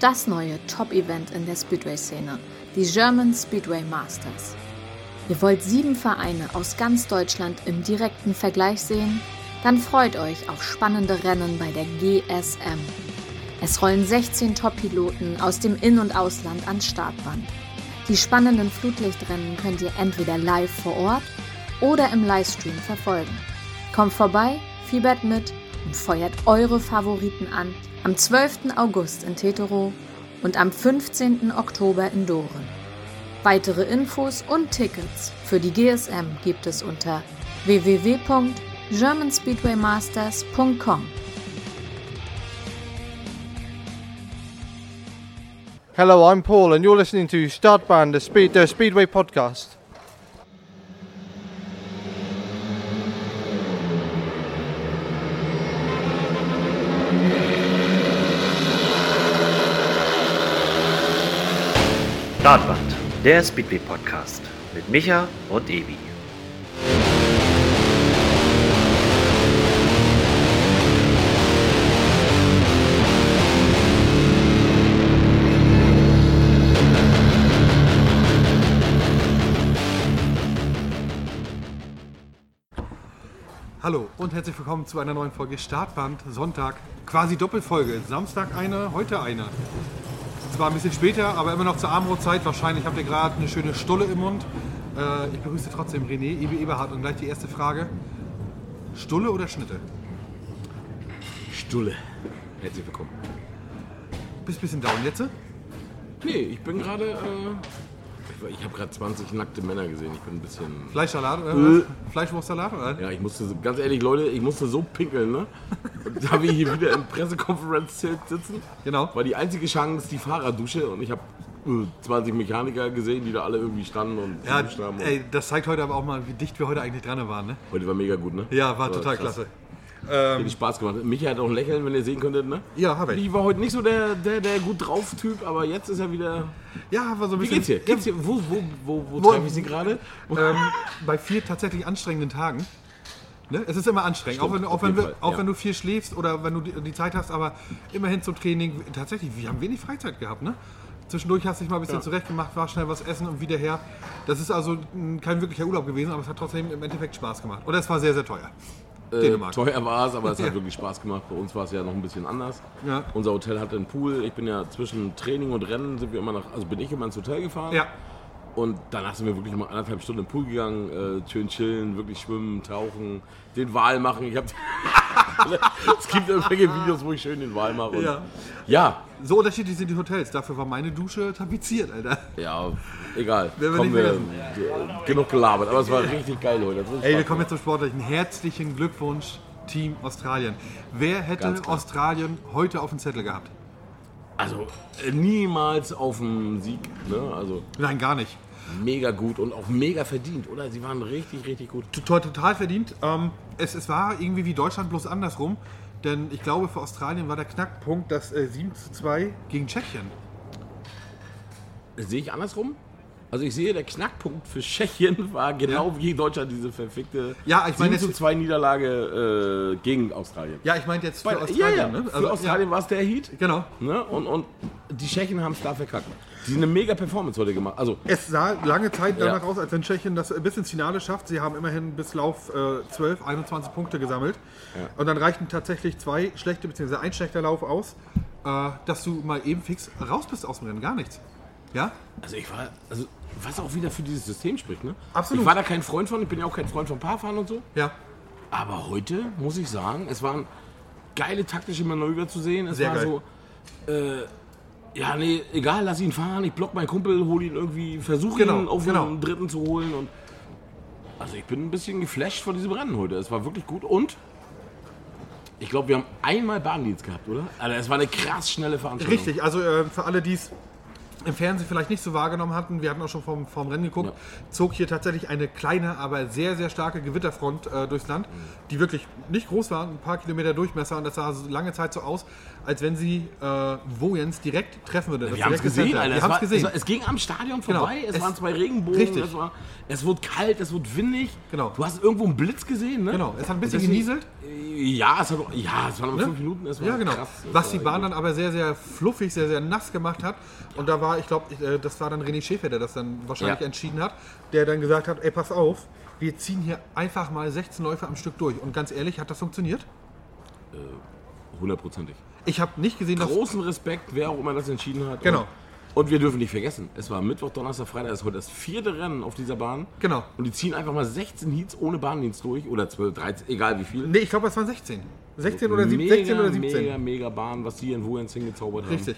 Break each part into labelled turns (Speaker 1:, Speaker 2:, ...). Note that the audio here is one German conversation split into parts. Speaker 1: das neue Top-Event in der Speedway-Szene, die German Speedway Masters. Ihr wollt sieben Vereine aus ganz Deutschland im direkten Vergleich sehen? Dann freut euch auf spannende Rennen bei der GSM. Es rollen 16 Top-Piloten aus dem In- und Ausland ans Startband. Die spannenden Flutlichtrennen könnt ihr entweder live vor Ort oder im Livestream verfolgen. Kommt vorbei, fiebert mit und feuert eure Favoriten an am 12. August in Teterow und am 15. Oktober in Doren. Weitere Infos und Tickets für die GSM gibt es unter www.germanspeedwaymasters.com.
Speaker 2: Hello, I'm Paul, and you're listening to Start Band, the, speed, the Speedway podcast.
Speaker 3: Startband, der Speedway Podcast mit Micha und Evi.
Speaker 4: Hallo und herzlich willkommen zu einer neuen Folge Startband Sonntag. Quasi Doppelfolge. Samstag eine, heute eine. Zwar ein bisschen später, aber immer noch zur Armrotzeit. Wahrscheinlich habt ihr gerade eine schöne Stulle im Mund. Äh, ich begrüße trotzdem René, Ibe Eberhardt und gleich die erste Frage. Stulle oder Schnitte?
Speaker 5: Stulle. Herzlich willkommen.
Speaker 4: Bist bisschen down jetzt?
Speaker 5: Nee, ich bin gerade. Äh, ich ich habe gerade 20 nackte Männer gesehen. Ich bin ein bisschen.
Speaker 4: Fleischsalat oder was? Fleischwurstsalat oder?
Speaker 5: Äh. Ja, ich musste. so- Ganz ehrlich, Leute, ich musste so pinkeln, ne? Und da wir hier wieder im Pressekonferenzzelt sitzen,
Speaker 4: Genau.
Speaker 5: war die einzige Chance die Fahrerdusche. Und ich habe äh, 20 Mechaniker gesehen, die da alle irgendwie standen und
Speaker 4: Ja,
Speaker 5: gemischt haben. Und
Speaker 4: ey, das zeigt heute aber auch mal, wie dicht wir heute eigentlich dran waren. Ne?
Speaker 5: Heute war mega gut, ne?
Speaker 4: Ja, war total
Speaker 5: krass.
Speaker 4: klasse. Ähm,
Speaker 5: Hat richtig Spaß gemacht. Micha hat auch ein Lächeln, wenn ihr sehen könntet, ne?
Speaker 4: Ja, hab ich.
Speaker 5: Ich war heute nicht so der, der, der gut drauf Typ, aber jetzt ist er wieder.
Speaker 4: Ja, war so ein
Speaker 5: Wie
Speaker 4: bisschen.
Speaker 5: geht's hier? Geht's hier? Wo, wo, wo, wo,
Speaker 4: Wo-
Speaker 5: treffe ich sie gerade? Wo-
Speaker 4: ähm, bei vier tatsächlich anstrengenden Tagen. Ne? Es ist immer anstrengend, auch, wenn,
Speaker 5: Stimmt,
Speaker 4: auch,
Speaker 5: auf
Speaker 4: wenn,
Speaker 5: jeden
Speaker 4: wir,
Speaker 5: Fall,
Speaker 4: auch
Speaker 5: ja.
Speaker 4: wenn du viel schläfst oder wenn du die, die Zeit hast, aber immerhin zum Training. Tatsächlich, wir haben wenig Freizeit gehabt. Ne? Zwischendurch hast du dich mal ein bisschen zurechtgemacht, war schnell was essen und wieder her. Das ist also mm, kein wirklicher Urlaub gewesen, aber es hat trotzdem im Endeffekt Spaß gemacht. Und es war sehr, sehr teuer.
Speaker 5: Äh,
Speaker 4: Dänemark.
Speaker 5: teuer war es, aber es hat
Speaker 4: Ja.
Speaker 5: wirklich Spaß gemacht. Bei uns war es ja noch ein bisschen anders.
Speaker 4: Ja.
Speaker 5: Unser Hotel hatte einen Pool. Ich bin ja zwischen Training und Rennen sind wir immer nach, also bin ich immer ins Hotel gefahren.
Speaker 4: Ja,
Speaker 5: Und danach sind wir wirklich mal anderthalb Stunden im Pool gegangen, äh, schön chillen, wirklich schwimmen, tauchen, den Wal machen. Ich hab, es gibt irgendwelche Videos, wo ich schön den Wal mache. Und
Speaker 4: Ja.
Speaker 5: ja,
Speaker 4: so unterschiedlich sind die Hotels. Dafür war meine Dusche tapeziert, Alter.
Speaker 5: ja, egal.
Speaker 4: Wer will
Speaker 5: Kommen
Speaker 4: nicht
Speaker 5: wir, äh, genug gelabert, aber es war richtig geil, Leute. Das hat
Speaker 4: Ey, wir
Speaker 5: Spaß
Speaker 4: kommen jetzt zum Sportlichen. Herzlichen Glückwunsch, Team Australien. Wer hätte
Speaker 5: Ganz klar.
Speaker 4: Australien heute auf dem Zettel gehabt?
Speaker 5: Also äh, niemals auf dem Sieg. Ne? Also
Speaker 4: Nein, gar nicht.
Speaker 5: mega gut und auch mega verdient, oder? Sie waren richtig, richtig gut.
Speaker 4: Tor total verdient. Ähm, es, es war irgendwie wie Deutschland bloß andersrum. Denn ich glaube, für Australien war der Knackpunkt das äh, 7 zu 2 gegen Tschechien.
Speaker 5: Sehe ich andersrum? Also ich sehe, der Knackpunkt für Tschechien war genau wie Deutschland diese verfickte
Speaker 4: Ja, ich meine,
Speaker 5: 7 zu
Speaker 4: das-
Speaker 5: 2 Niederlage äh, gegen Australien.
Speaker 4: Ja, ich meinte jetzt für
Speaker 5: Weil-
Speaker 4: Australien.
Speaker 5: ja, ja.
Speaker 4: Ne?
Speaker 5: für Australien war es der Heat.
Speaker 4: Ja, genau.
Speaker 5: Ne? Und, und die Tschechen haben es da verkackt. Die haben eine mega Performance heute gemacht. Also
Speaker 4: Es sah lange Zeit danach
Speaker 5: Ja.
Speaker 4: aus, als wenn Tschechien das bis ins Finale schafft. Sie haben immerhin bis Lauf äh, 12, 21 Punkte gesammelt. Und dann reichten tatsächlich zwei schlechte bzw. ein schlechter Lauf aus, äh, dass du mal eben fix raus bist aus dem Rennen. Gar nichts. Ja?
Speaker 5: Also ich war, also was auch wieder für dieses System spricht, ne?
Speaker 4: Absolut.
Speaker 5: Ich war da kein Freund von, ich bin ja auch kein Freund von Paarfahren und so.
Speaker 4: Ja.
Speaker 5: Aber heute muss ich sagen, es waren geile taktische Manöver zu sehen. Es
Speaker 4: Sehr
Speaker 5: war
Speaker 4: geil.
Speaker 5: so, äh, ja nee, egal, lass ihn fahren, ich block meinen Kumpel, hol ihn irgendwie, versuche
Speaker 4: Genau,
Speaker 5: ihn auf
Speaker 4: genau.
Speaker 5: den dritten zu holen und also ich bin ein bisschen geflasht von diesem Rennen heute. Es war wirklich gut und ich glaube, wir haben Genau. einmal Bahndienst gehabt, oder? Alter, es war eine krass schnelle Veranstaltung.
Speaker 4: Richtig, also äh, für ähm, alle, die es im Fernsehen vielleicht nicht so wahrgenommen hatten, wir hatten auch schon vom, vom Rennen geguckt, zog hier tatsächlich eine kleine, aber sehr, sehr starke Gewitterfront äh, durchs Land, die wirklich nicht groß war, ein paar Kilometer Durchmesser und das sah so lange Zeit so aus, als wenn sie äh, Wojens direkt treffen würde. Das
Speaker 5: Wir haben es
Speaker 4: direkte
Speaker 5: gesehen,
Speaker 4: Center.
Speaker 5: Alter.
Speaker 4: Wir
Speaker 5: es,
Speaker 4: haben
Speaker 5: war,
Speaker 4: es gesehen.
Speaker 5: Es, war, es ging am Stadion vorbei,
Speaker 4: Genau.
Speaker 5: es,
Speaker 4: Es-
Speaker 5: waren zwei Regenbogen,
Speaker 4: richtig.
Speaker 5: Es, war, es wurde kalt, es wurde windig.
Speaker 4: Genau.
Speaker 5: Du hast irgendwo einen Blitz gesehen, ne?
Speaker 4: Genau, es hat ein bisschen
Speaker 5: Deswegen-
Speaker 4: genieselt.
Speaker 5: Ja, es, hat, ja, es waren aber fünf Minuten, es war
Speaker 4: Ne? Ja, genau.
Speaker 5: krass. Es
Speaker 4: Was die
Speaker 5: war
Speaker 4: Bahn dann aber sehr, sehr fluffig, sehr, sehr nass gemacht hat. Und da war, ich glaube, das war dann René Schäfer, der das dann wahrscheinlich
Speaker 5: Ja.
Speaker 4: entschieden hat, der dann gesagt hat, ey, pass auf, wir ziehen hier einfach mal 16 Läufe am Stück durch. Und ganz ehrlich, hat das funktioniert?
Speaker 5: hundertprozentig.
Speaker 4: Ich habe nicht gesehen, dass...
Speaker 5: Großen Respekt, wer auch immer das entschieden hat.
Speaker 4: Genau.
Speaker 5: Und, und wir dürfen nicht vergessen, es war Mittwoch, Donnerstag, Freitag, es ist heute das vierte Rennen auf dieser Bahn.
Speaker 4: Genau.
Speaker 5: Und die ziehen einfach mal 16 Heats ohne Bahndienst durch oder 12, 13, egal wie viel.
Speaker 4: Nee, ich glaube, es waren 16. 16 oder, sieb-
Speaker 5: mega,
Speaker 4: 16 oder 17.
Speaker 5: Mega, mega Bahn, was die in Wojens hingezaubert haben.
Speaker 4: Richtig.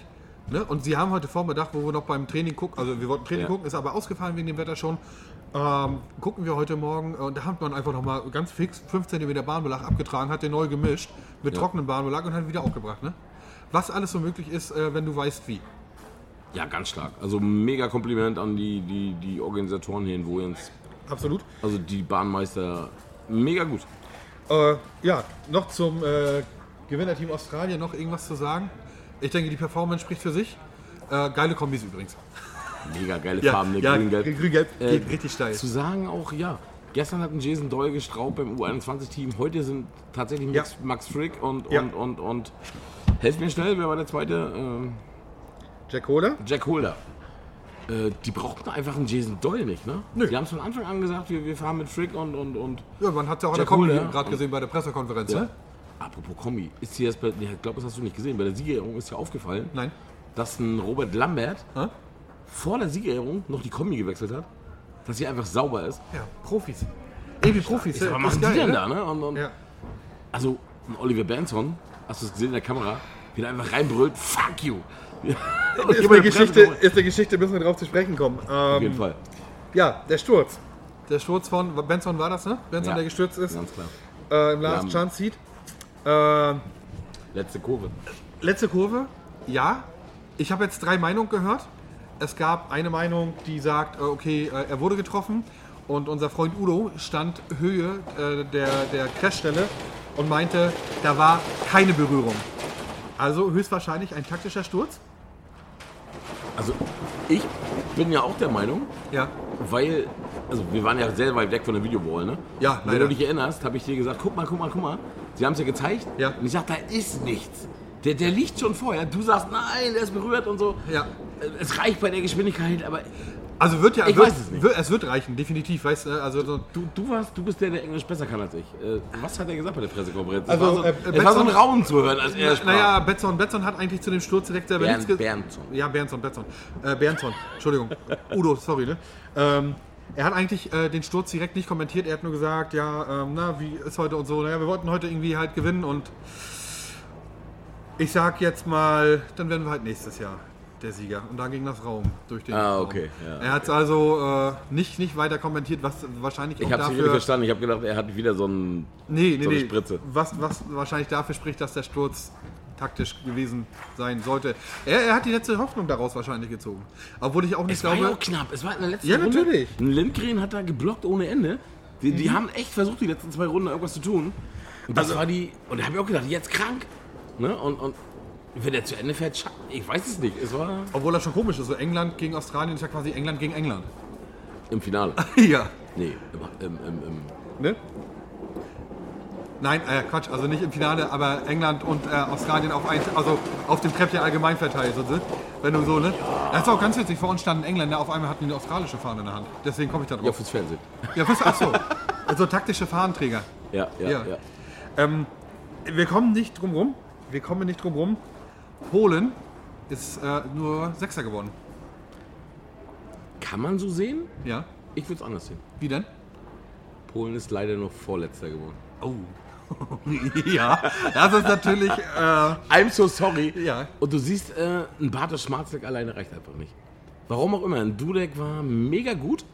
Speaker 4: Ne? Und sie haben heute Vormittag, wo wir noch beim Training gucken, also wir wollten Training
Speaker 5: Ja.
Speaker 4: gucken, ist aber ausgefallen wegen dem Wetter schon. Ähm, gucken wir heute Morgen äh, und da hat man einfach nochmal ganz fix 5 cm Bahnbelag abgetragen, hat den neu gemischt mit
Speaker 5: Ja.
Speaker 4: trockenem Bahnbelag und hat ihn wieder aufgebracht. Ne? Was alles so möglich ist, äh, wenn du weißt wie.
Speaker 5: Ja, ganz stark. Also mega Kompliment an die, die, die Organisatoren hier in Wojens.
Speaker 4: Absolut.
Speaker 5: Also die Bahnmeister, mega gut.
Speaker 4: Äh, ja, noch zum äh, Gewinnerteam Australien noch irgendwas zu sagen. Ich denke, die Performance spricht für sich. Äh, geile Kombis übrigens.
Speaker 5: Mega geile Farben, ne?
Speaker 4: ja,
Speaker 5: grün, gelb.
Speaker 4: Grün-Gelb
Speaker 5: Äh,
Speaker 4: geht richtig steil.
Speaker 5: Zu sagen auch, ja. Gestern hat ein Jason Doyle gestraubt beim U21-Team. Heute sind tatsächlich
Speaker 4: Ja.
Speaker 5: Max, Max Frick und, und,
Speaker 4: Ja.
Speaker 5: und, und, Helft mir schnell, wer war der zweite? Ähm,
Speaker 4: Jack Hohler?
Speaker 5: Jack Holder. Äh, die brauchten einfach einen Jason Doyle nicht, ne?
Speaker 4: Nö.
Speaker 5: Die haben es von Anfang an gesagt, wir, wir fahren mit Frick und, und, und.
Speaker 4: Ja, man hat ja auch an der
Speaker 5: Jack
Speaker 4: Kombi
Speaker 5: Hohler.
Speaker 4: gerade gesehen bei der Pressekonferenz. Ne?
Speaker 5: Apropos Kombi, ist dir das bei, nee, ich glaube, das hast du nicht gesehen, bei der Siegerehrung ist ja aufgefallen,
Speaker 4: Nein.
Speaker 5: dass ein Robert Lambert
Speaker 4: Hä?
Speaker 5: vor der Siegerehrung noch die Kombi gewechselt hat, dass sie einfach sauber ist.
Speaker 4: Ja, Profis. Irgendwie Profis.
Speaker 5: Aber
Speaker 4: ja,
Speaker 5: machen
Speaker 4: ist
Speaker 5: die denn
Speaker 4: ne?
Speaker 5: da, ne? Und, und,
Speaker 4: Ja.
Speaker 5: Also, ein Oliver Benson, hast du es gesehen in der Kamera, wie der einfach reinbrüllt, fuck you. Und
Speaker 4: Ist
Speaker 5: über
Speaker 4: eine,
Speaker 5: die
Speaker 4: Geschichte,
Speaker 5: Bremse-
Speaker 4: ist eine Geschichte, müssen wir drauf zu sprechen kommen.
Speaker 5: Auf jeden
Speaker 4: Ähm,
Speaker 5: Fall.
Speaker 4: ja, der Sturz. Der Sturz von Benson war das, ne? Benson,
Speaker 5: Ja.
Speaker 4: der gestürzt ist
Speaker 5: Ganz genau. klar.
Speaker 4: äh, im Last
Speaker 5: Ja.
Speaker 4: Chance Seat. Ähm,
Speaker 5: Letzte Kurve.
Speaker 4: letzte Kurve. Ja, ich habe jetzt drei Meinungen gehört. Es gab eine Meinung, die sagt, äh, okay, äh, er wurde getroffen. Und unser Freund Udo stand Höhe äh, der, der Crashstelle und meinte, da war keine Berührung. Also höchstwahrscheinlich ein taktischer Sturz.
Speaker 5: Also, ich bin ja auch der Meinung,
Speaker 4: Ja.
Speaker 5: weil, also wir waren ja sehr weit weg von der Videowall, ne?
Speaker 4: Ja,
Speaker 5: Wenn
Speaker 4: leider.
Speaker 5: du dich erinnerst, habe ich dir gesagt, guck mal, guck mal, guck mal. Sie haben es ja gezeigt.
Speaker 4: Ja.
Speaker 5: Und ich sagte, da ist nichts. Der, der liegt schon vorher. Du sagst, nein, der ist berührt und so. Äh,
Speaker 4: Ja.
Speaker 5: Es reicht bei der Geschwindigkeit, aber
Speaker 4: Also wird ja.
Speaker 5: Ich
Speaker 4: wird,
Speaker 5: weiß es nicht.
Speaker 4: Wird, es wird reichen, definitiv. Weißt du, also so,
Speaker 5: Du, du, warst, du bist der, der Englisch besser kann als ich. Äh, was hat er gesagt bei der Pressekonferenz? Es
Speaker 4: Also,
Speaker 5: war so,
Speaker 4: äh,
Speaker 5: es
Speaker 4: Benson-
Speaker 5: war so ein Raum zu hören, als er sprach.
Speaker 4: Naja, Betson, Betson hat eigentlich zu dem Sturz direkt selber
Speaker 5: Bernd-
Speaker 4: nichts ge-
Speaker 5: Berndson.
Speaker 4: Ja, Bernson, Betson. Äh, Bernson, Entschuldigung. Udo, sorry, ne? Ähm, er hat eigentlich äh, den Sturz direkt nicht kommentiert. Er hat nur gesagt, ja, ähm, na, wie ist heute und so. Naja, wir wollten heute irgendwie halt gewinnen und ich sag jetzt mal, dann werden wir halt nächstes Jahr der Sieger. Und da ging das Raum durch den
Speaker 5: Ah,
Speaker 4: Raum.
Speaker 5: okay, ja,
Speaker 4: er hat es also äh, nicht, nicht weiter kommentiert, was wahrscheinlich
Speaker 5: ich
Speaker 4: auch
Speaker 5: habe es nicht
Speaker 4: dafür...
Speaker 5: verstanden. Ich habe gedacht, er hat wieder so einen.
Speaker 4: Nee, nee,
Speaker 5: So eine
Speaker 4: nee.
Speaker 5: Spritze.
Speaker 4: Was, was wahrscheinlich dafür spricht, dass der Sturz taktisch gewesen sein sollte. Er, er hat die letzte Hoffnung daraus wahrscheinlich gezogen. Obwohl ich auch nicht
Speaker 5: Es war
Speaker 4: glaube.
Speaker 5: ja auch knapp. Es war in der letzten
Speaker 4: Ja,
Speaker 5: Runde.
Speaker 4: natürlich. Mhm.
Speaker 5: Ein Lindgren hat da geblockt ohne Ende. Die, die haben echt versucht, die letzten zwei Runden irgendwas zu tun. Und
Speaker 4: Also-
Speaker 5: das war die. Und da habe ich auch gedacht, jetzt krank. Ne? Und, und wenn der zu Ende fährt, scha- ich weiß es nicht. Es war
Speaker 4: obwohl das schon komisch ist. So England gegen Australien ist ja quasi England gegen England.
Speaker 5: im Finale.
Speaker 4: ja.
Speaker 5: nee, im, im, im, im
Speaker 4: Ne? Nein, äh, Quatsch, also nicht im Finale, aber England und äh, Australien auf, ein, also auf dem Treppchen allgemein verteilt. So, ne? Wenn du so, ne? Das ist auch ganz witzig, vor uns standen Engländer, auf einmal hatten die eine australische Fahne in der Hand. Deswegen komme ich da
Speaker 5: ja,
Speaker 4: drauf.
Speaker 5: fürs Fernsehen.
Speaker 4: Ja, was? Ach so. Also taktische Fahnenträger.
Speaker 5: Ja, ja,
Speaker 4: Ja.
Speaker 5: ja.
Speaker 4: Ähm, Wir kommen nicht drum rum. Wir kommen nicht drum rum. Polen ist äh, nur Sechster geworden.
Speaker 5: Kann man so sehen?
Speaker 4: Ja.
Speaker 5: Ich würde es anders sehen.
Speaker 4: Wie denn?
Speaker 5: Polen ist leider noch Vorletzter geworden.
Speaker 4: Oh. ja. Das ist natürlich. Äh,
Speaker 5: I'm so sorry.
Speaker 4: Ja.
Speaker 5: Und du siehst, äh, ein Bartosz Schmarzek alleine reicht einfach nicht. Warum auch immer. Ein Dudek war mega gut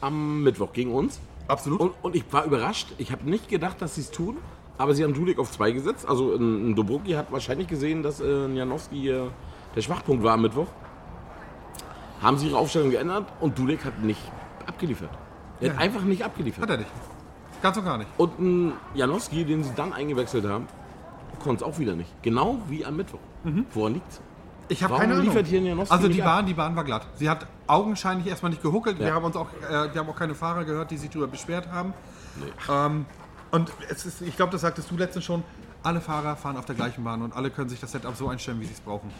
Speaker 5: am Mittwoch gegen uns.
Speaker 4: Absolut.
Speaker 5: Und, und ich war überrascht. Ich habe nicht gedacht, dass sie es tun. Aber sie haben Dudek auf zwei gesetzt. Also ein, ein Dobrucki hat wahrscheinlich gesehen, dass äh, ein Janowski hier der Schwachpunkt war am Mittwoch. haben sie ihre Aufstellung geändert und Dudek hat nicht abgeliefert. Er hat einfach nicht abgeliefert.
Speaker 4: Hat er nicht. Ganz und gar nicht.
Speaker 5: Und ein Janowski, den sie dann eingewechselt haben, konnte es auch wieder nicht. Genau wie am Mittwoch. Woran liegt's?
Speaker 4: Mhm. Ich habe
Speaker 5: Warum
Speaker 4: keine Ahnung.
Speaker 5: liefert hier Janowski
Speaker 4: also
Speaker 5: nicht
Speaker 4: die
Speaker 5: ab?
Speaker 4: Bahn, die Bahn war glatt. Sie hat augenscheinlich erstmal nicht gehuckelt. Wir
Speaker 5: Ja.
Speaker 4: haben uns auch, äh, wir haben auch keine Fahrer gehört, die sich darüber beschwert haben. Ähm, und es ist, ich glaube, das sagtest du letztens schon. Alle Fahrer fahren auf der gleichen Bahn und alle können sich das Setup so einstellen, wie sie es brauchen.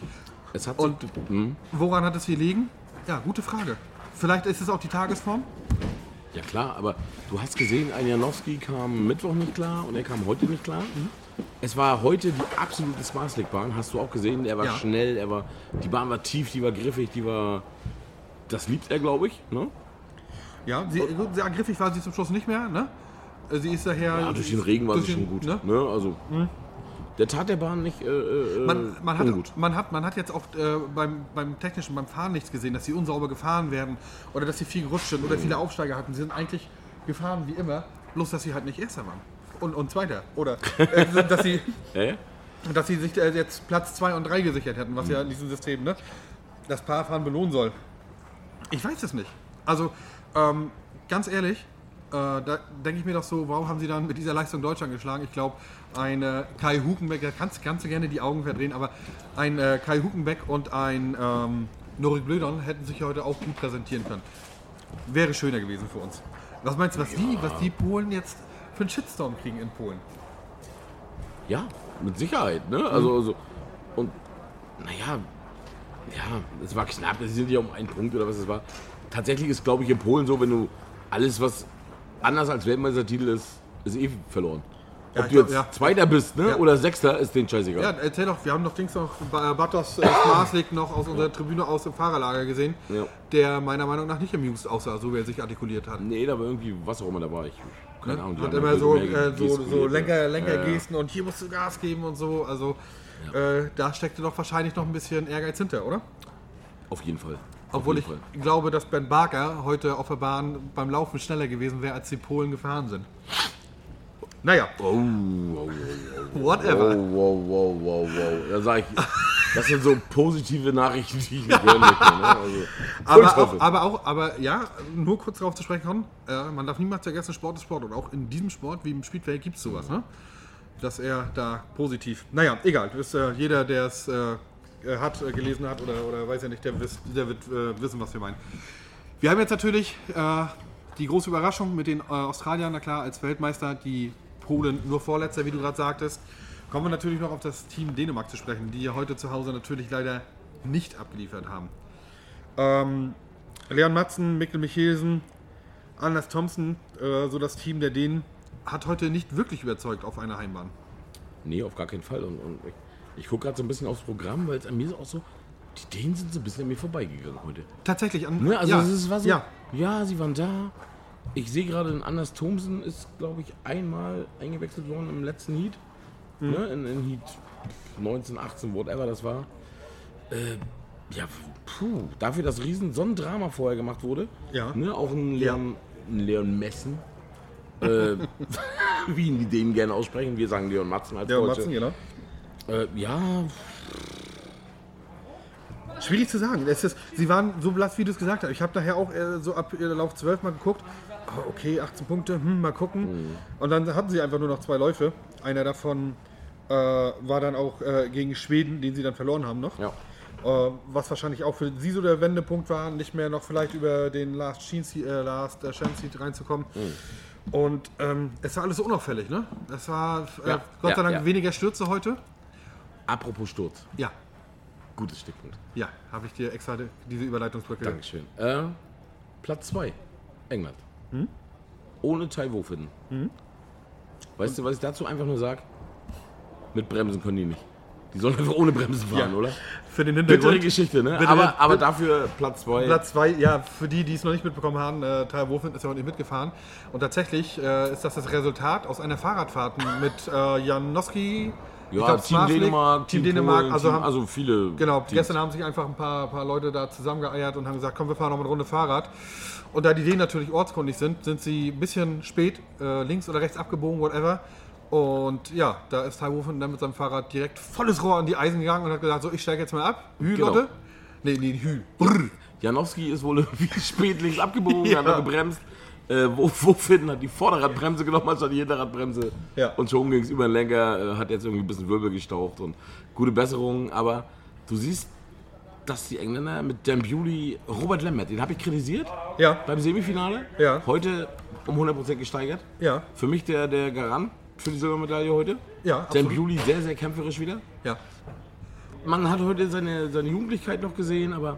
Speaker 5: Es hat
Speaker 4: Und-
Speaker 5: sich, Hm,
Speaker 4: Woran hat es hier liegen? Ja, gute Frage. Vielleicht ist es auch die Tagesform.
Speaker 5: ja klar, aber du hast gesehen, ein Janowski kam Mittwoch nicht klar und er kam heute nicht klar.
Speaker 4: Mhm.
Speaker 5: Es war heute die absolute Smart League Bahn, hast du auch gesehen. Er war
Speaker 4: Ja.
Speaker 5: schnell, er war, die Bahn war tief, die war griffig, die war. Das liebt er, glaube ich. Ne?
Speaker 4: Ja, sie, gut, sehr ergriffig war sie zum Schluss nicht mehr. Ne? Äh, Sie ist daher.
Speaker 5: Ja, Ah, durch den Regen war
Speaker 4: durch
Speaker 5: sie schon
Speaker 4: den-
Speaker 5: gut.
Speaker 4: ne?
Speaker 5: Ne? Also, Der tat der Bahn nicht. Äh, äh,
Speaker 4: Man, man,
Speaker 5: ungut.
Speaker 4: hat, man, hat, man hat jetzt auch äh, beim, beim technischen, beim Fahren nichts gesehen, dass sie unsauber gefahren werden oder dass sie viel gerutscht sind oder viele Aufsteiger hatten. Sie sind eigentlich gefahren wie immer, bloß dass sie halt nicht Erster waren. Und, und Zweiter. Oder äh, dass, sie,
Speaker 5: Äh?
Speaker 4: dass sie sich äh, jetzt Platz 2 und 3 gesichert hätten, was ja in diesem System ne, das Paarfahren belohnen soll. Ich weiß es nicht. Also ähm, ganz ehrlich, äh, da denke ich mir doch so, warum haben sie dann mit dieser Leistung Deutschland geschlagen? Ich glaube, ein äh, Kai Hukenbeck, da kannst, kannst du gerne die Augen verdrehen, aber ein äh, Kai Hukenbeck und ein ähm, Norik Blödon hätten sich heute auch gut präsentieren können. Wäre schöner gewesen für uns. Was meinst du, was, die, was die Polen jetzt für einen Shitstorm kriegen in Polen?
Speaker 5: Ja, mit Sicherheit. Ne? Also,
Speaker 4: Mhm.
Speaker 5: also, und naja, ja, es war knapp. Sie sind ja um einen Punkt oder was es war. Tatsächlich ist, glaube ich, in Polen so, wenn du alles, was anders als Weltmeistertitel ist, ist eh verloren.
Speaker 4: ich
Speaker 5: Ob du
Speaker 4: glaub,
Speaker 5: jetzt
Speaker 4: ja.
Speaker 5: Zweiter bist ne?
Speaker 4: Ja.
Speaker 5: oder Sechster, ist den scheißegal.
Speaker 4: Ja, erzähl doch, wir haben doch Dings noch, äh, Bartos äh, Maßlik noch aus unserer Tribüne aus dem Fahrerlager gesehen,
Speaker 5: Ja.
Speaker 4: der meiner Meinung nach nicht amused aussah, so wie er sich artikuliert hat.
Speaker 5: Nee, da war irgendwie was auch immer dabei. Ich, keine Ahnung. die
Speaker 4: Ne? hat
Speaker 5: haben
Speaker 4: immer
Speaker 5: da
Speaker 4: so,
Speaker 5: mehr
Speaker 4: äh, so, so
Speaker 5: gestikuliert,
Speaker 4: Lenker,
Speaker 5: ne? ja.
Speaker 4: Lenkergesten und hier musst du Gas geben und so. Also äh, da steckte doch wahrscheinlich noch ein bisschen Ehrgeiz hinter, oder?
Speaker 5: Auf jeden Fall.
Speaker 4: Obwohl
Speaker 5: auf
Speaker 4: ich
Speaker 5: jeden Fall.
Speaker 4: glaube, dass Ben Barker heute auf der Bahn beim Laufen schneller gewesen wäre, als die Polen gefahren sind. Naja,
Speaker 5: Oh, oh,
Speaker 4: whatever.
Speaker 5: Wow, Oh, wow, wow, wow, wow. Da sag ich, das sind so positive Nachrichten, die ich nicht hören möchte. Ne? Also,
Speaker 4: Aber
Speaker 5: Kunststoffe.
Speaker 4: auch, aber auch, aber ja, nur kurz darauf zu sprechen kommen, äh, man darf niemals vergessen, Sport ist Sport. Und auch in diesem Sport, wie im Spielfeld, gibt es sowas, ne? Dass er da positiv. Naja, egal. Das, äh, jeder, der es äh, äh, hat, äh, gelesen hat oder, oder weiß ja nicht, der, wisst, der wird äh, wissen, was wir meinen. Wir haben jetzt natürlich äh, die große Überraschung mit den äh, Australiern, na klar, als Weltmeister, die Polen nur Vorletzter, wie du gerade sagtest. Kommen wir natürlich noch auf das Team Dänemark zu sprechen, die ja heute zu Hause natürlich leider nicht abgeliefert haben. Ähm, Leon Matzen, Mikkel Michelsen, Anders Thompson, äh, so das Team der Dänen, hat heute nicht wirklich überzeugt auf einer Heimbahn.
Speaker 5: Nee, auf gar keinen Fall. Und, und ich, ich gucke gerade so ein bisschen aufs Programm, weil es an mir so auch so, die Dänen sind so ein bisschen an mir vorbeigegangen heute.
Speaker 4: Tatsächlich. An,
Speaker 5: Ne? Also
Speaker 4: ja,
Speaker 5: es ist, war so,
Speaker 4: ja,
Speaker 5: ja. sie waren da. Ich sehe gerade, ein Anders Thomsen ist, glaube ich, einmal eingewechselt worden im letzten Heat.
Speaker 4: Mhm.
Speaker 5: Ne? In, in Heat 19, 18, whatever das war. Äh, ja, puh, dafür, dass riesen Sonnendrama vorher gemacht wurde.
Speaker 4: Ja.
Speaker 5: Ne? Auch ein Leon, ein Leon Messen. äh, wie ihn die Dänen gerne aussprechen. Wir sagen Leon Matzen als
Speaker 4: Leon
Speaker 5: Deutsche.
Speaker 4: Matzen, genau.
Speaker 5: Äh, ja,
Speaker 4: Schwierig zu sagen. Es ist, sie waren so blass, wie du es gesagt hast. Ich habe nachher auch äh, so ab äh, Lauf 12 mal geguckt. Ah, okay, 18 Punkte, hm, mal gucken.
Speaker 5: Mhm.
Speaker 4: Und dann hatten sie einfach nur noch zwei Läufe. Einer davon äh, war dann auch äh, gegen Schweden, den sie dann verloren haben noch.
Speaker 5: ja.
Speaker 4: Äh, was wahrscheinlich auch für sie so der Wendepunkt war, nicht mehr noch vielleicht über den Last Chance äh, Last äh, Chance Seed reinzukommen.
Speaker 5: Mhm.
Speaker 4: Und ähm, es war alles so unauffällig, ne? Es war äh,
Speaker 5: Ja,
Speaker 4: Gott
Speaker 5: ja,
Speaker 4: sei Dank
Speaker 5: ja.
Speaker 4: weniger Stürze heute.
Speaker 5: Apropos Sturz.
Speaker 4: Ja,
Speaker 5: Gutes Stichpunkt.
Speaker 4: ja, habe ich dir extra die- diese Überleitungsbrücke.
Speaker 5: Dankeschön. Äh, Platz 2, England.
Speaker 4: Hm?
Speaker 5: Ohne Taiwo finden. Weißt du, was ich dazu einfach nur sage? Mit Bremsen können die nicht. Die sollen einfach ohne Bremsen fahren,
Speaker 4: Ja.
Speaker 5: oder?
Speaker 4: Für den
Speaker 5: Bittere
Speaker 4: Hintergrund.
Speaker 5: Geschichte, ne?
Speaker 4: Bitte-
Speaker 5: aber, aber dafür Platz 2.
Speaker 4: Platz 2, ja, für die, die es noch nicht mitbekommen haben, äh, Ty Wofin ist ja heute mitgefahren. Und tatsächlich äh, ist das das Resultat aus einer Fahrradfahrt mit äh, Janowski, ich
Speaker 5: Ja,
Speaker 4: glaub,
Speaker 5: Team
Speaker 4: Smartleg,
Speaker 5: Dänemark,
Speaker 4: Team
Speaker 5: Polen,
Speaker 4: Dänemark, also,
Speaker 5: Team,
Speaker 4: haben,
Speaker 5: also viele.
Speaker 4: Genau,
Speaker 5: Teams.
Speaker 4: gestern haben sich einfach ein paar, paar Leute da zusammengeeiert und haben gesagt, komm, wir fahren noch eine Runde Fahrrad. Und da die Dänen natürlich ortskundig sind, sind sie ein bisschen spät, äh, links oder rechts abgebogen, whatever. Und ja, da ist Taiwofen dann mit seinem Fahrrad direkt volles Rohr an die Eisen gegangen und hat gesagt, so, ich steige jetzt mal ab. Hü,
Speaker 5: Genau.
Speaker 4: Leute. Nee, nee, Hü.
Speaker 5: Janowski ist wohl irgendwie spät links abgebogen, wir haben noch gebremst. Äh, wo, wo Finn hat die Vorderradbremse genommen, anstatt die Hinterradbremse.
Speaker 4: Ja.
Speaker 5: Und schon ging es über den Lenker, äh, hat jetzt irgendwie ein bisschen Wirbel gestaucht und gute Besserung. Aber du siehst, dass die Engländer mit Dan Bewley, Robert Lambert, den habe ich kritisiert
Speaker 4: Ja,
Speaker 5: beim Semifinale.
Speaker 4: Ja.
Speaker 5: Heute um 100% gesteigert.
Speaker 4: ja,
Speaker 5: Für mich der, der Garant für die Silbermedaille heute.
Speaker 4: ja,
Speaker 5: Dan
Speaker 4: absolut.
Speaker 5: Bewley sehr, sehr kämpferisch wieder.
Speaker 4: Ja.
Speaker 5: Man hat heute seine, seine Jugendlichkeit noch gesehen, aber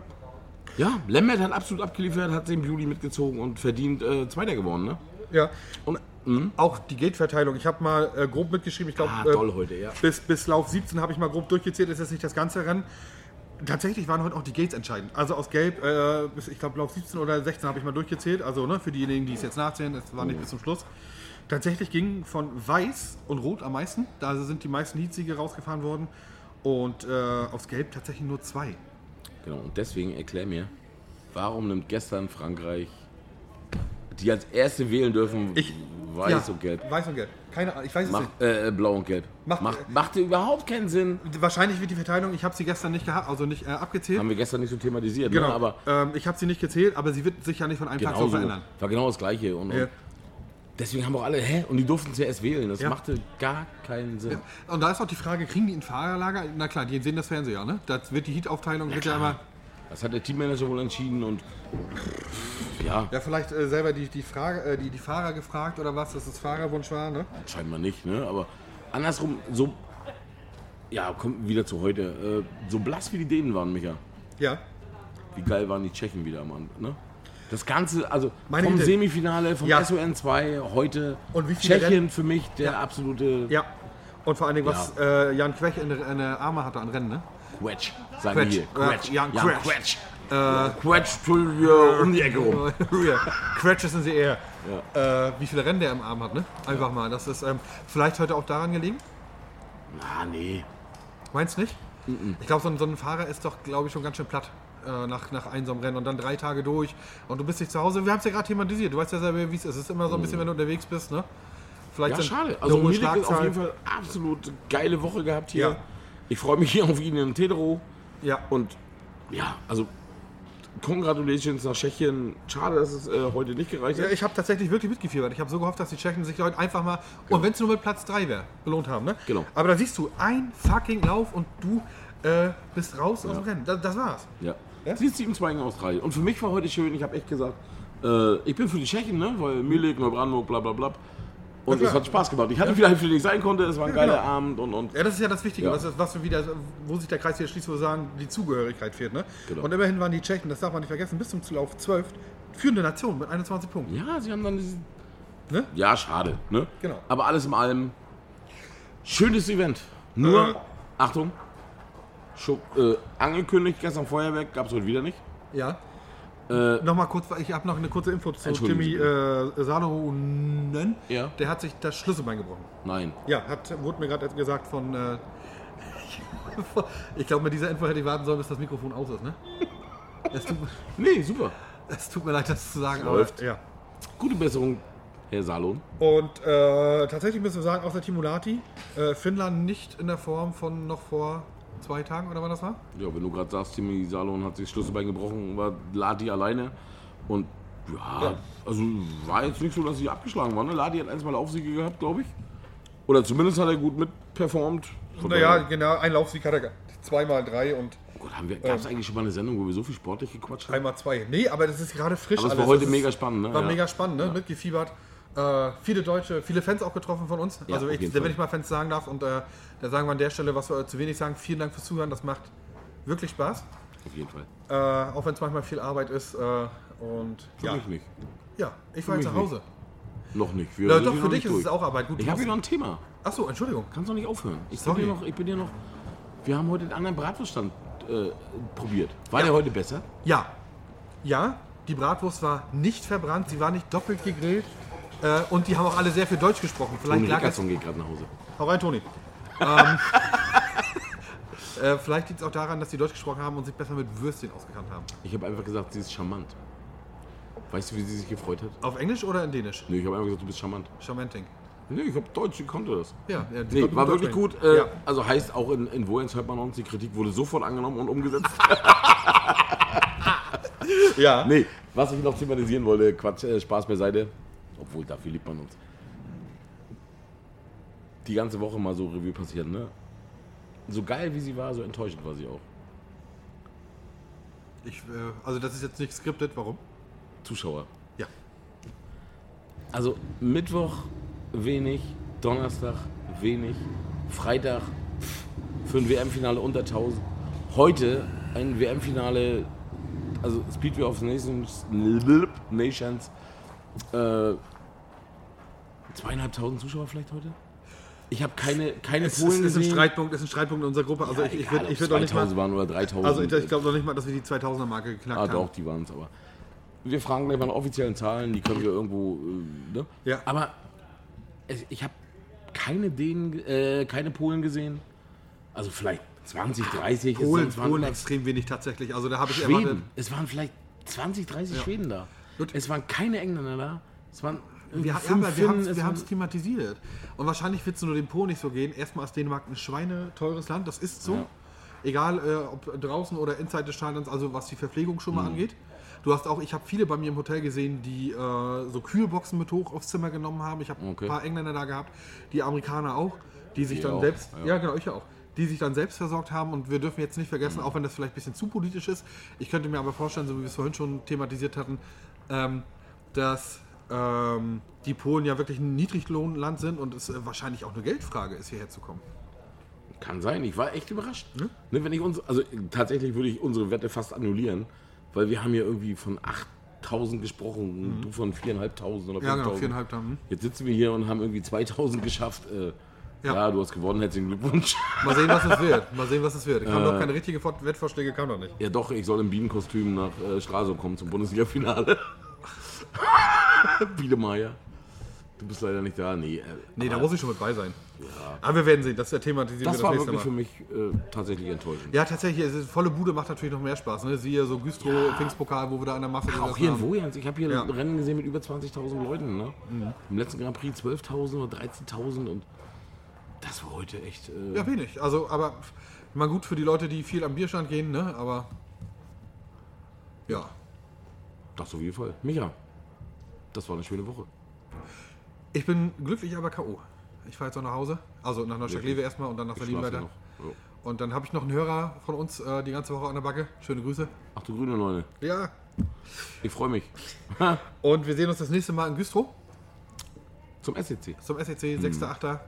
Speaker 5: ja, Lambert hat absolut abgeliefert, hat den Beauty mitgezogen und verdient äh, Zweiter geworden, ne?
Speaker 4: Ja,
Speaker 5: Und
Speaker 4: auch die Geldverteilung. Ich habe mal äh, grob mitgeschrieben, ich glaube,
Speaker 5: ah,
Speaker 4: äh,
Speaker 5: toll heute, ja.
Speaker 4: bis, bis Lauf 17 habe ich mal grob durchgezählt, ist jetzt nicht das ganze Rennen. Tatsächlich waren heute auch die Gates entscheidend. Also aus Gelb äh, bis, ich glaube, Lauf 17 oder 16 habe ich mal durchgezählt. Also ne, für diejenigen, die es jetzt nachzählen, es
Speaker 5: Oh.
Speaker 4: war nicht bis zum Schluss. Tatsächlich gingen von Weiß und Rot am meisten. Da sind die meisten Heatsiege rausgefahren worden. Und äh, aus Gelb tatsächlich nur zwei.
Speaker 5: Genau, und deswegen erklär mir, warum nimmt gestern Frankreich, die als Erste wählen dürfen,
Speaker 4: Ich-
Speaker 5: weiß
Speaker 4: Ja,
Speaker 5: und gelb?
Speaker 4: Weiß und Gelb. Keine Ahnung, ich weiß es nicht.
Speaker 5: Macht, äh, äh, blau und gelb.
Speaker 4: Macht-
Speaker 5: macht, machte überhaupt keinen Sinn.
Speaker 4: Wahrscheinlich wird die Verteilung, ich habe sie gestern nicht gehabt, also nicht äh, abgezählt.
Speaker 5: Haben wir gestern nicht so thematisiert,
Speaker 4: genau,
Speaker 5: ne? aber
Speaker 4: ähm, ich habe sie nicht gezählt, aber sie wird sich ja nicht von einem Tag
Speaker 5: genau
Speaker 4: so
Speaker 5: so,
Speaker 4: verändern.
Speaker 5: war genau das Gleiche. Und,
Speaker 4: Ja.
Speaker 5: und deswegen haben auch alle, hä? Und die durften zuerst wählen. Das
Speaker 4: Ja.
Speaker 5: machte gar keinen Sinn.
Speaker 4: Und da ist auch die Frage, kriegen die ein Fahrerlager? Na klar, die sehen das Fernseher, ne? Das wird die Heat-Aufteilung, wird ja immer.
Speaker 5: Das hat der Teammanager wohl entschieden und ja,
Speaker 4: Ja, vielleicht äh, selber die, die, Frage, äh, die, die Fahrer gefragt oder was, dass es Fahrerwunsch war, ne?
Speaker 5: scheinbar nicht, ne? Aber andersrum, so. Ja, komm wieder zu heute. Äh, so blass wie die Dänen waren, Micha.
Speaker 4: Ja.
Speaker 5: Wie geil waren die Tschechen wieder am Anfang, ne? Das Ganze, also
Speaker 4: Meine
Speaker 5: vom
Speaker 4: Güte.
Speaker 5: Semifinale, vom
Speaker 4: Ja.
Speaker 5: SON 2 heute.
Speaker 4: Und wie viele
Speaker 5: Tschechien
Speaker 4: Rennen-
Speaker 5: für mich der absolute
Speaker 4: Ja. Und vor allen Dingen, was äh, Jan Quech in der, in der Arme hatte an Rennen, ne?
Speaker 5: Quetsch, sagen
Speaker 4: Quetsch.
Speaker 5: wir
Speaker 4: Ja,
Speaker 5: hier.
Speaker 4: Jan Quetsch.
Speaker 5: Quetsch. Quetsch für, äh, um die Ecke rum.
Speaker 4: Oh ja. Quetsch ist in sie eher. Äh, wie viele Rennen der im Arm hat, ne? Einfach mal. Das ist ähm, vielleicht heute auch daran gelegen.
Speaker 5: Ah, nee.
Speaker 4: Meinst du nicht?
Speaker 5: Mhm.
Speaker 4: Ich glaube, so, ein- so ein Fahrer ist doch, glaube ich, schon ganz schön platt äh, nach, nach einem so einem Rennen und dann drei Tage durch und du bist nicht zu Hause. Wir haben es ja gerade thematisiert. Du weißt ja selber, wie es ist. Es ist immer so ein bisschen, wenn du unterwegs bist, ne? Vielleicht
Speaker 5: Mhm. Ja,
Speaker 4: sind
Speaker 5: schade.
Speaker 4: eine
Speaker 5: Also
Speaker 4: hohe
Speaker 5: Milik ist auf
Speaker 4: Schlagzahl-
Speaker 5: jeden Fall absolut geile Woche gehabt hier.
Speaker 4: Ja.
Speaker 5: Ich freue mich hier auf ihn im Tedro.
Speaker 4: Ja,
Speaker 5: Und ja, also Congratulations nach Tschechien. Schade, dass es äh, heute nicht gereicht
Speaker 4: Ja,
Speaker 5: hat.
Speaker 4: ich habe tatsächlich wirklich mitgefiebert. Ich habe so gehofft, dass die Tschechen sich heute einfach mal, und wenn es nur mit Platz 3 wäre, belohnt haben. Ne?
Speaker 5: Genau.
Speaker 4: Aber da siehst du, ein fucking Lauf und du äh, bist raus aus dem Rennen. Das, das war's.
Speaker 5: Ja. Sie ist 7-2 gegen Australien. Und für mich war heute schön, ich habe echt gesagt, äh, ich bin für die Tschechen, ne? weil Milik, Neubrandenburg, bla bla bla. Und es hat Spaß gemacht. Ich hatte wieder Hilfe, die ich sein konnte. Es war ein geiler Abend und, und
Speaker 4: Ja, das ist ja das Wichtige,
Speaker 5: Ja.
Speaker 4: Was, was wir wieder, wo sich der Kreis hier schließt, wo wir sagen, die Zugehörigkeit fehlt. Ne?
Speaker 5: Genau.
Speaker 4: Und immerhin waren die Tschechen, das darf man nicht vergessen, bis zum Zulauf 12 führende Nation mit 21 Punkten.
Speaker 5: Ja, sie haben dann diesen.
Speaker 4: Ne?
Speaker 5: Ja, schade. Ne?
Speaker 4: Genau.
Speaker 5: Aber alles in allem, schönes Event. Nur, Achtung, Scho äh, angekündigt gestern Feuerwerk, gab es heute wieder nicht.
Speaker 4: Ja. Nochmal kurz, weil ich habe noch eine kurze Info zu
Speaker 5: Äh, Entschuldigen
Speaker 4: Jimmy äh, Salonen.
Speaker 5: Ja.
Speaker 4: Der hat sich das Schlüsselbein gebrochen.
Speaker 5: Nein.
Speaker 4: Ja, hat, wurde mir gerade gesagt von. Äh, ich glaube, mit dieser Info hätte ich warten sollen, bis das Mikrofon aus ist, ne? Es tut,
Speaker 5: Nee, super.
Speaker 4: es tut mir leid, das zu sagen.
Speaker 5: Läuft.
Speaker 4: Aber, ja.
Speaker 5: Gute Besserung, Herr Salon.
Speaker 4: Und äh, tatsächlich müssen wir sagen, außer Timulati, äh, Finnland nicht in der Form von noch vor zwei Tagen oder wann das war?
Speaker 5: Ja, wenn du gerade sagst, Timmy Salon hat sich das Schlüsselbein gebrochen, war Ladi alleine. Und ja, also war jetzt nicht so, dass sie abgeschlagen waren. Ne? Ladi hat eins mal Aufsiege gehabt, glaube ich. Oder zumindest hat er gut mitperformt. Von
Speaker 4: Naja,
Speaker 5: daher-
Speaker 4: genau, ein Laufsieg hat er ge- zweimal drei und
Speaker 5: Gott, haben wir, gab es eigentlich schon mal eine Sendung, wo wir so viel sportlich gequatscht haben?
Speaker 4: einmal zwei. Nee, aber das ist gerade frisch.
Speaker 5: Aber es war
Speaker 4: alles.
Speaker 5: heute
Speaker 4: Das ist-
Speaker 5: mega spannend, ne?
Speaker 4: War
Speaker 5: Ja.
Speaker 4: mega spannend, ne? Mitgefiebert. Äh, viele Deutsche, viele Fans auch getroffen von uns.
Speaker 5: Ja,
Speaker 4: also,
Speaker 5: auf
Speaker 4: ich,
Speaker 5: jeden
Speaker 4: wenn
Speaker 5: Fall.
Speaker 4: ich mal Fans sagen darf, und äh, da sagen wir an der Stelle, was wir zu wenig sagen, vielen Dank fürs Zuhören. Das macht wirklich Spaß.
Speaker 5: Auf jeden Fall.
Speaker 4: Äh, auch wenn es manchmal viel Arbeit ist. Äh, und
Speaker 5: Für
Speaker 4: ja,
Speaker 5: mich nicht.
Speaker 4: ja, ich war
Speaker 5: mich
Speaker 4: jetzt nach Hause.
Speaker 5: Noch nicht. Wir
Speaker 4: Ja,
Speaker 5: sind
Speaker 4: doch,
Speaker 5: hier
Speaker 4: für
Speaker 5: noch
Speaker 4: dich
Speaker 5: nicht
Speaker 4: ist es auch Arbeit. Gut,
Speaker 5: Ich
Speaker 4: du
Speaker 5: habe hier
Speaker 4: musst-
Speaker 5: noch ein Thema.
Speaker 4: Achso, Entschuldigung.
Speaker 5: Kannst doch nicht aufhören. Ich bin,
Speaker 4: Sorry.
Speaker 5: dir noch, ich bin dir noch. Wir haben heute einen anderen Bratwurststand äh, probiert. War der heute besser?
Speaker 4: Ja. Ja, die Bratwurst war nicht verbrannt, sie war nicht doppelt gegrillt. Äh, und die haben auch alle sehr viel Deutsch gesprochen. Vielleicht
Speaker 5: Toni
Speaker 4: lag es.
Speaker 5: Rickerson geht gerade nach Hause.
Speaker 4: Hau rein, Toni. ähm, äh, vielleicht liegt es auch daran, dass die Deutsch gesprochen haben und sich besser mit Würstchen ausgekannt haben.
Speaker 5: Ich habe einfach gesagt, sie ist charmant. Weißt du, wie sie sich gefreut hat?
Speaker 4: Auf Englisch oder in Dänisch?
Speaker 5: Nee, ich habe einfach gesagt, du bist charmant.
Speaker 4: Charmanting.
Speaker 5: Nee, ich hab Deutsch, ich konnte das.
Speaker 4: Ja, ja die
Speaker 5: Nee,
Speaker 4: konnten
Speaker 5: war
Speaker 4: Deutsch
Speaker 5: wirklich
Speaker 4: reden.
Speaker 5: gut. Äh,
Speaker 4: Ja.
Speaker 5: Also heißt auch in, in Woens hört man uns, die Kritik wurde sofort angenommen und umgesetzt.
Speaker 4: Ja.
Speaker 5: nee, was ich noch thematisieren wollte, Quatsch, äh, Spaß beiseite. Obwohl, dafür liebt man uns. Die ganze Woche mal so Revue passieren, ne? So geil wie sie war, so enttäuschend war sie auch.
Speaker 4: Ich, äh, also das ist jetzt nicht skriptet, warum?
Speaker 5: Zuschauer.
Speaker 4: Ja.
Speaker 5: Also Mittwoch wenig, Donnerstag wenig, Freitag pff, für ein WM-Finale unter 1000. Heute ein WM-Finale, also Speedway of Nations, Nations äh, zweieinhalbtausend Zuschauer vielleicht heute? Ich habe keine, keine
Speaker 4: Es ist,
Speaker 5: Polen
Speaker 4: ist, ein
Speaker 5: gesehen.
Speaker 4: Streitpunkt, ist ein Streitpunkt in unserer Gruppe. Also ich, ich würde ich würd auch nicht mal.
Speaker 5: waren oder 3000.
Speaker 4: Also ich, ich glaube noch nicht mal, dass wir die 2000er Marke geknackt
Speaker 5: Ah,
Speaker 4: haben.
Speaker 5: doch, die waren es aber. Wir fragen gleich mal nach offiziellen Zahlen, die können wir irgendwo. Äh, ne?
Speaker 4: Ja.
Speaker 5: Aber es- ich habe keine Dänen, äh, keine Polen gesehen. Also vielleicht 20, 30. es
Speaker 4: Ah, Polen,
Speaker 5: sind- es waren
Speaker 4: Polen
Speaker 5: vielleicht
Speaker 4: extrem wenig tatsächlich. Also da habe ich erwartet.
Speaker 5: Schweden. Es waren vielleicht 20, 30 Schweden da.
Speaker 4: Gut.
Speaker 5: Es waren keine Engländer da. Es waren irgendwie
Speaker 4: Wir, ja,
Speaker 5: fünf
Speaker 4: aber wir
Speaker 5: Finnen,
Speaker 4: haben's-
Speaker 5: es
Speaker 4: wir
Speaker 5: waren-
Speaker 4: haben es thematisiert. Und wahrscheinlich wird es nur dem Po nicht so gehen. Erstmal ist Dänemark ein schweineteures Land, das ist so.
Speaker 5: Ja.
Speaker 4: Egal, äh, ob draußen oder inside des Stadions, also was die Verpflegung schon mal
Speaker 5: Mhm.
Speaker 4: angeht. Du hast auch, ich habe viele bei mir im Hotel gesehen, die äh, so Kühlboxen mit hoch aufs Zimmer genommen haben. Ich habe
Speaker 5: Okay.
Speaker 4: ein paar Engländer da gehabt, die Amerikaner auch, die sich dann
Speaker 5: auch,
Speaker 4: selbst,
Speaker 5: ja.
Speaker 4: ja. genau, ich ja auch, die sich dann selbst versorgt haben. Und wir dürfen jetzt nicht vergessen, auch wenn das vielleicht ein bisschen zu politisch ist, ich könnte mir aber vorstellen, so wie wir es vorhin schon thematisiert hatten, ähm, dass ähm, die Polen ja wirklich ein Niedriglohnland sind und es äh, wahrscheinlich auch eine Geldfrage ist, hierher zu kommen.
Speaker 5: Kann sein, ich war echt überrascht.
Speaker 4: Hm?
Speaker 5: Ne, wenn ich uns, also äh, tatsächlich würde ich unsere Wette fast annullieren, weil wir haben ja irgendwie von 8000 gesprochen und du von 4500 oder
Speaker 4: Mhm. Ja, genau,
Speaker 5: 5000.
Speaker 4: viereinhalb dann.
Speaker 5: Jetzt sitzen wir hier und haben irgendwie 2000 geschafft. Äh, ja.
Speaker 4: Ja.
Speaker 5: du hast gewonnen, herzlichen Glückwunsch.
Speaker 4: Mal sehen, was es wird. Mal sehen, was es wird.
Speaker 5: Äh.
Speaker 4: Kam doch keine richtigen Vor- Wettvorschläge, kam doch nicht.
Speaker 5: Ja, doch, ich soll im Bienenkostüm nach äh, Stralsund kommen zum Bundesliga-Finale. Biedemeier. Du bist leider nicht da. Nee, äh,
Speaker 4: Nee, da muss ich schon mit bei sein. Aber wir werden sehen, das ist der Thema, die
Speaker 5: das
Speaker 4: wir
Speaker 5: war
Speaker 4: nächste
Speaker 5: wirklich
Speaker 4: Mal.
Speaker 5: für mich äh, tatsächlich enttäuschend.
Speaker 4: Ja, tatsächlich, es ist, volle Bude macht natürlich noch mehr Spaß. Ne? Siehe so Güstrow, Pfingstpokal, wo wir da an der Masse
Speaker 5: Auch
Speaker 4: gesessen
Speaker 5: hier in
Speaker 4: haben.
Speaker 5: Wojans, ich habe hier
Speaker 4: Ja. Mhm.
Speaker 5: ein Rennen gesehen mit über 20.000 Leuten. Ne? Im letzten Grand Prix 12.000 oder 13.000 und das war heute echt. Äh,
Speaker 4: Ja, wenig. Also, aber mal gut für die Leute, die viel am Bierstand gehen, ne? Aber ja.
Speaker 5: Das auf jeden Fall. Micha, das war eine schöne Woche.
Speaker 4: Ich bin glücklich, aber K.O. Ich fahre jetzt auch nach Hause. Also nach Neustadt-Lewe erstmal und dann nach
Speaker 5: Ich
Speaker 4: Berlin
Speaker 5: schlafe
Speaker 4: weiter.
Speaker 5: noch. Ja.
Speaker 4: Und dann habe ich noch einen Hörer von uns äh, die ganze Woche an der Backe. Schöne Grüße.
Speaker 5: Ach du grüne Neune,
Speaker 4: Ja.
Speaker 5: ich freue mich.
Speaker 4: Und wir sehen uns das nächste Mal in Güstrow
Speaker 5: Zum E SEC.
Speaker 4: zum E SEC,
Speaker 5: Hm.
Speaker 4: 6.8.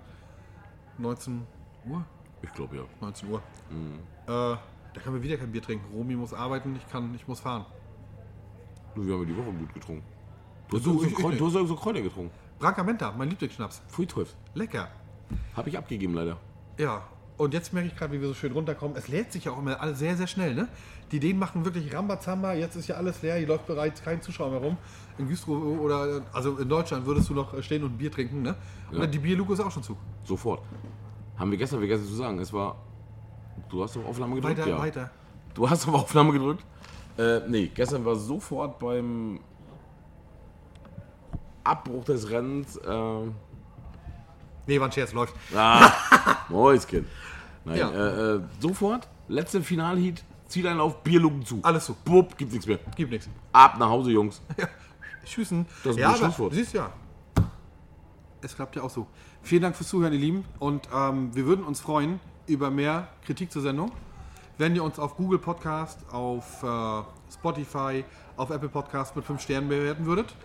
Speaker 4: 19 Uhr.
Speaker 5: Ich glaube ja.
Speaker 4: 19 Uhr.
Speaker 5: Hm.
Speaker 4: Äh, da können wir wieder kein Bier trinken. Romy muss arbeiten, ich, kann, ich muss fahren.
Speaker 5: Nur wir haben ja die Woche gut getrunken. Du hast
Speaker 4: Du,
Speaker 5: so,
Speaker 4: ich- ich
Speaker 5: Kräu-
Speaker 4: nicht.
Speaker 5: du hast so Kräuter getrunken.
Speaker 4: Brancamenta, mein Lieblingsschnaps.
Speaker 5: Pfui Teufel.
Speaker 4: Lecker.
Speaker 5: Habe ich abgegeben leider.
Speaker 4: Ja, und jetzt merke ich gerade, wie wir so schön runterkommen. Es leert sich ja auch immer alles sehr, sehr schnell. Ne? Die Dänen machen wirklich Rambazamba. Jetzt ist ja alles leer. Hier läuft bereits kein Zuschauer mehr rum. In Güstrow oder also in Deutschland würdest du noch stehen und ein Bier trinken. Ne? Und
Speaker 5: Ja.
Speaker 4: dann die Bierluke ist auch schon zu.
Speaker 5: Sofort. Haben wir gestern vergessen zu sagen. Es war. Du hast auf Aufnahme gedrückt.
Speaker 4: Weiter,
Speaker 5: ja.
Speaker 4: weiter.
Speaker 5: Du hast auf Aufnahme gedrückt. Äh, nee, gestern war sofort beim Abbruch des Rennens. Äh,
Speaker 4: Nee, war ein Scherz, läuft.
Speaker 5: Mäuschen. Nein,
Speaker 4: Ja.
Speaker 5: äh, äh, sofort, letzte Finalheat, Zieleinlauf, Bierlugen zu.
Speaker 4: Alles zu.
Speaker 5: Bub, gibt nichts mehr.
Speaker 4: Gibt nichts.
Speaker 5: Ab nach Hause, Jungs.
Speaker 4: Tschüssen.
Speaker 5: Das ist ein
Speaker 4: ja,
Speaker 5: gutes
Speaker 4: aber,
Speaker 5: Schlusswort.
Speaker 4: siehst ja. Es klappt ja auch so. Vielen Dank fürs Zuhören, ihr Lieben. Und ähm, wir würden uns freuen über mehr Kritik zur Sendung. Wenn ihr uns auf Google Podcast, auf äh, Spotify, auf Apple Podcast mit 5 Sternen bewerten würdet.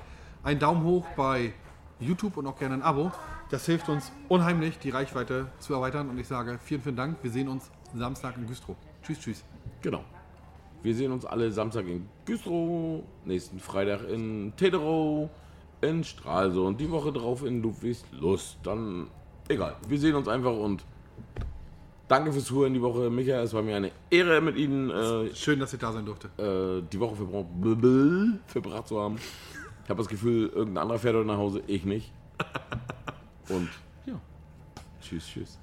Speaker 4: Einen Daumen hoch bei YouTube und auch gerne ein Abo. Das hilft uns unheimlich, die Reichweite zu erweitern. Und ich sage vielen, vielen Dank. Wir sehen uns Samstag in Güstrow. Tschüss, tschüss.
Speaker 5: Genau. Wir sehen uns alle Samstag in Güstrow, nächsten Freitag in Tederow, in Stralsund, die Woche drauf in Ludwigslust. Dann, egal. Wir sehen uns einfach und danke fürs Zuhören die Woche. Micha, es war mir eine Ehre mit Ihnen. Äh,
Speaker 4: Schön, dass ihr da sein durfte.
Speaker 5: äh, die Woche verbra blbl- verbracht zu haben. Ich habe das Gefühl, irgendein anderer fährt heute nach Hause, ich nicht. Und ja, tschüss, tschüss.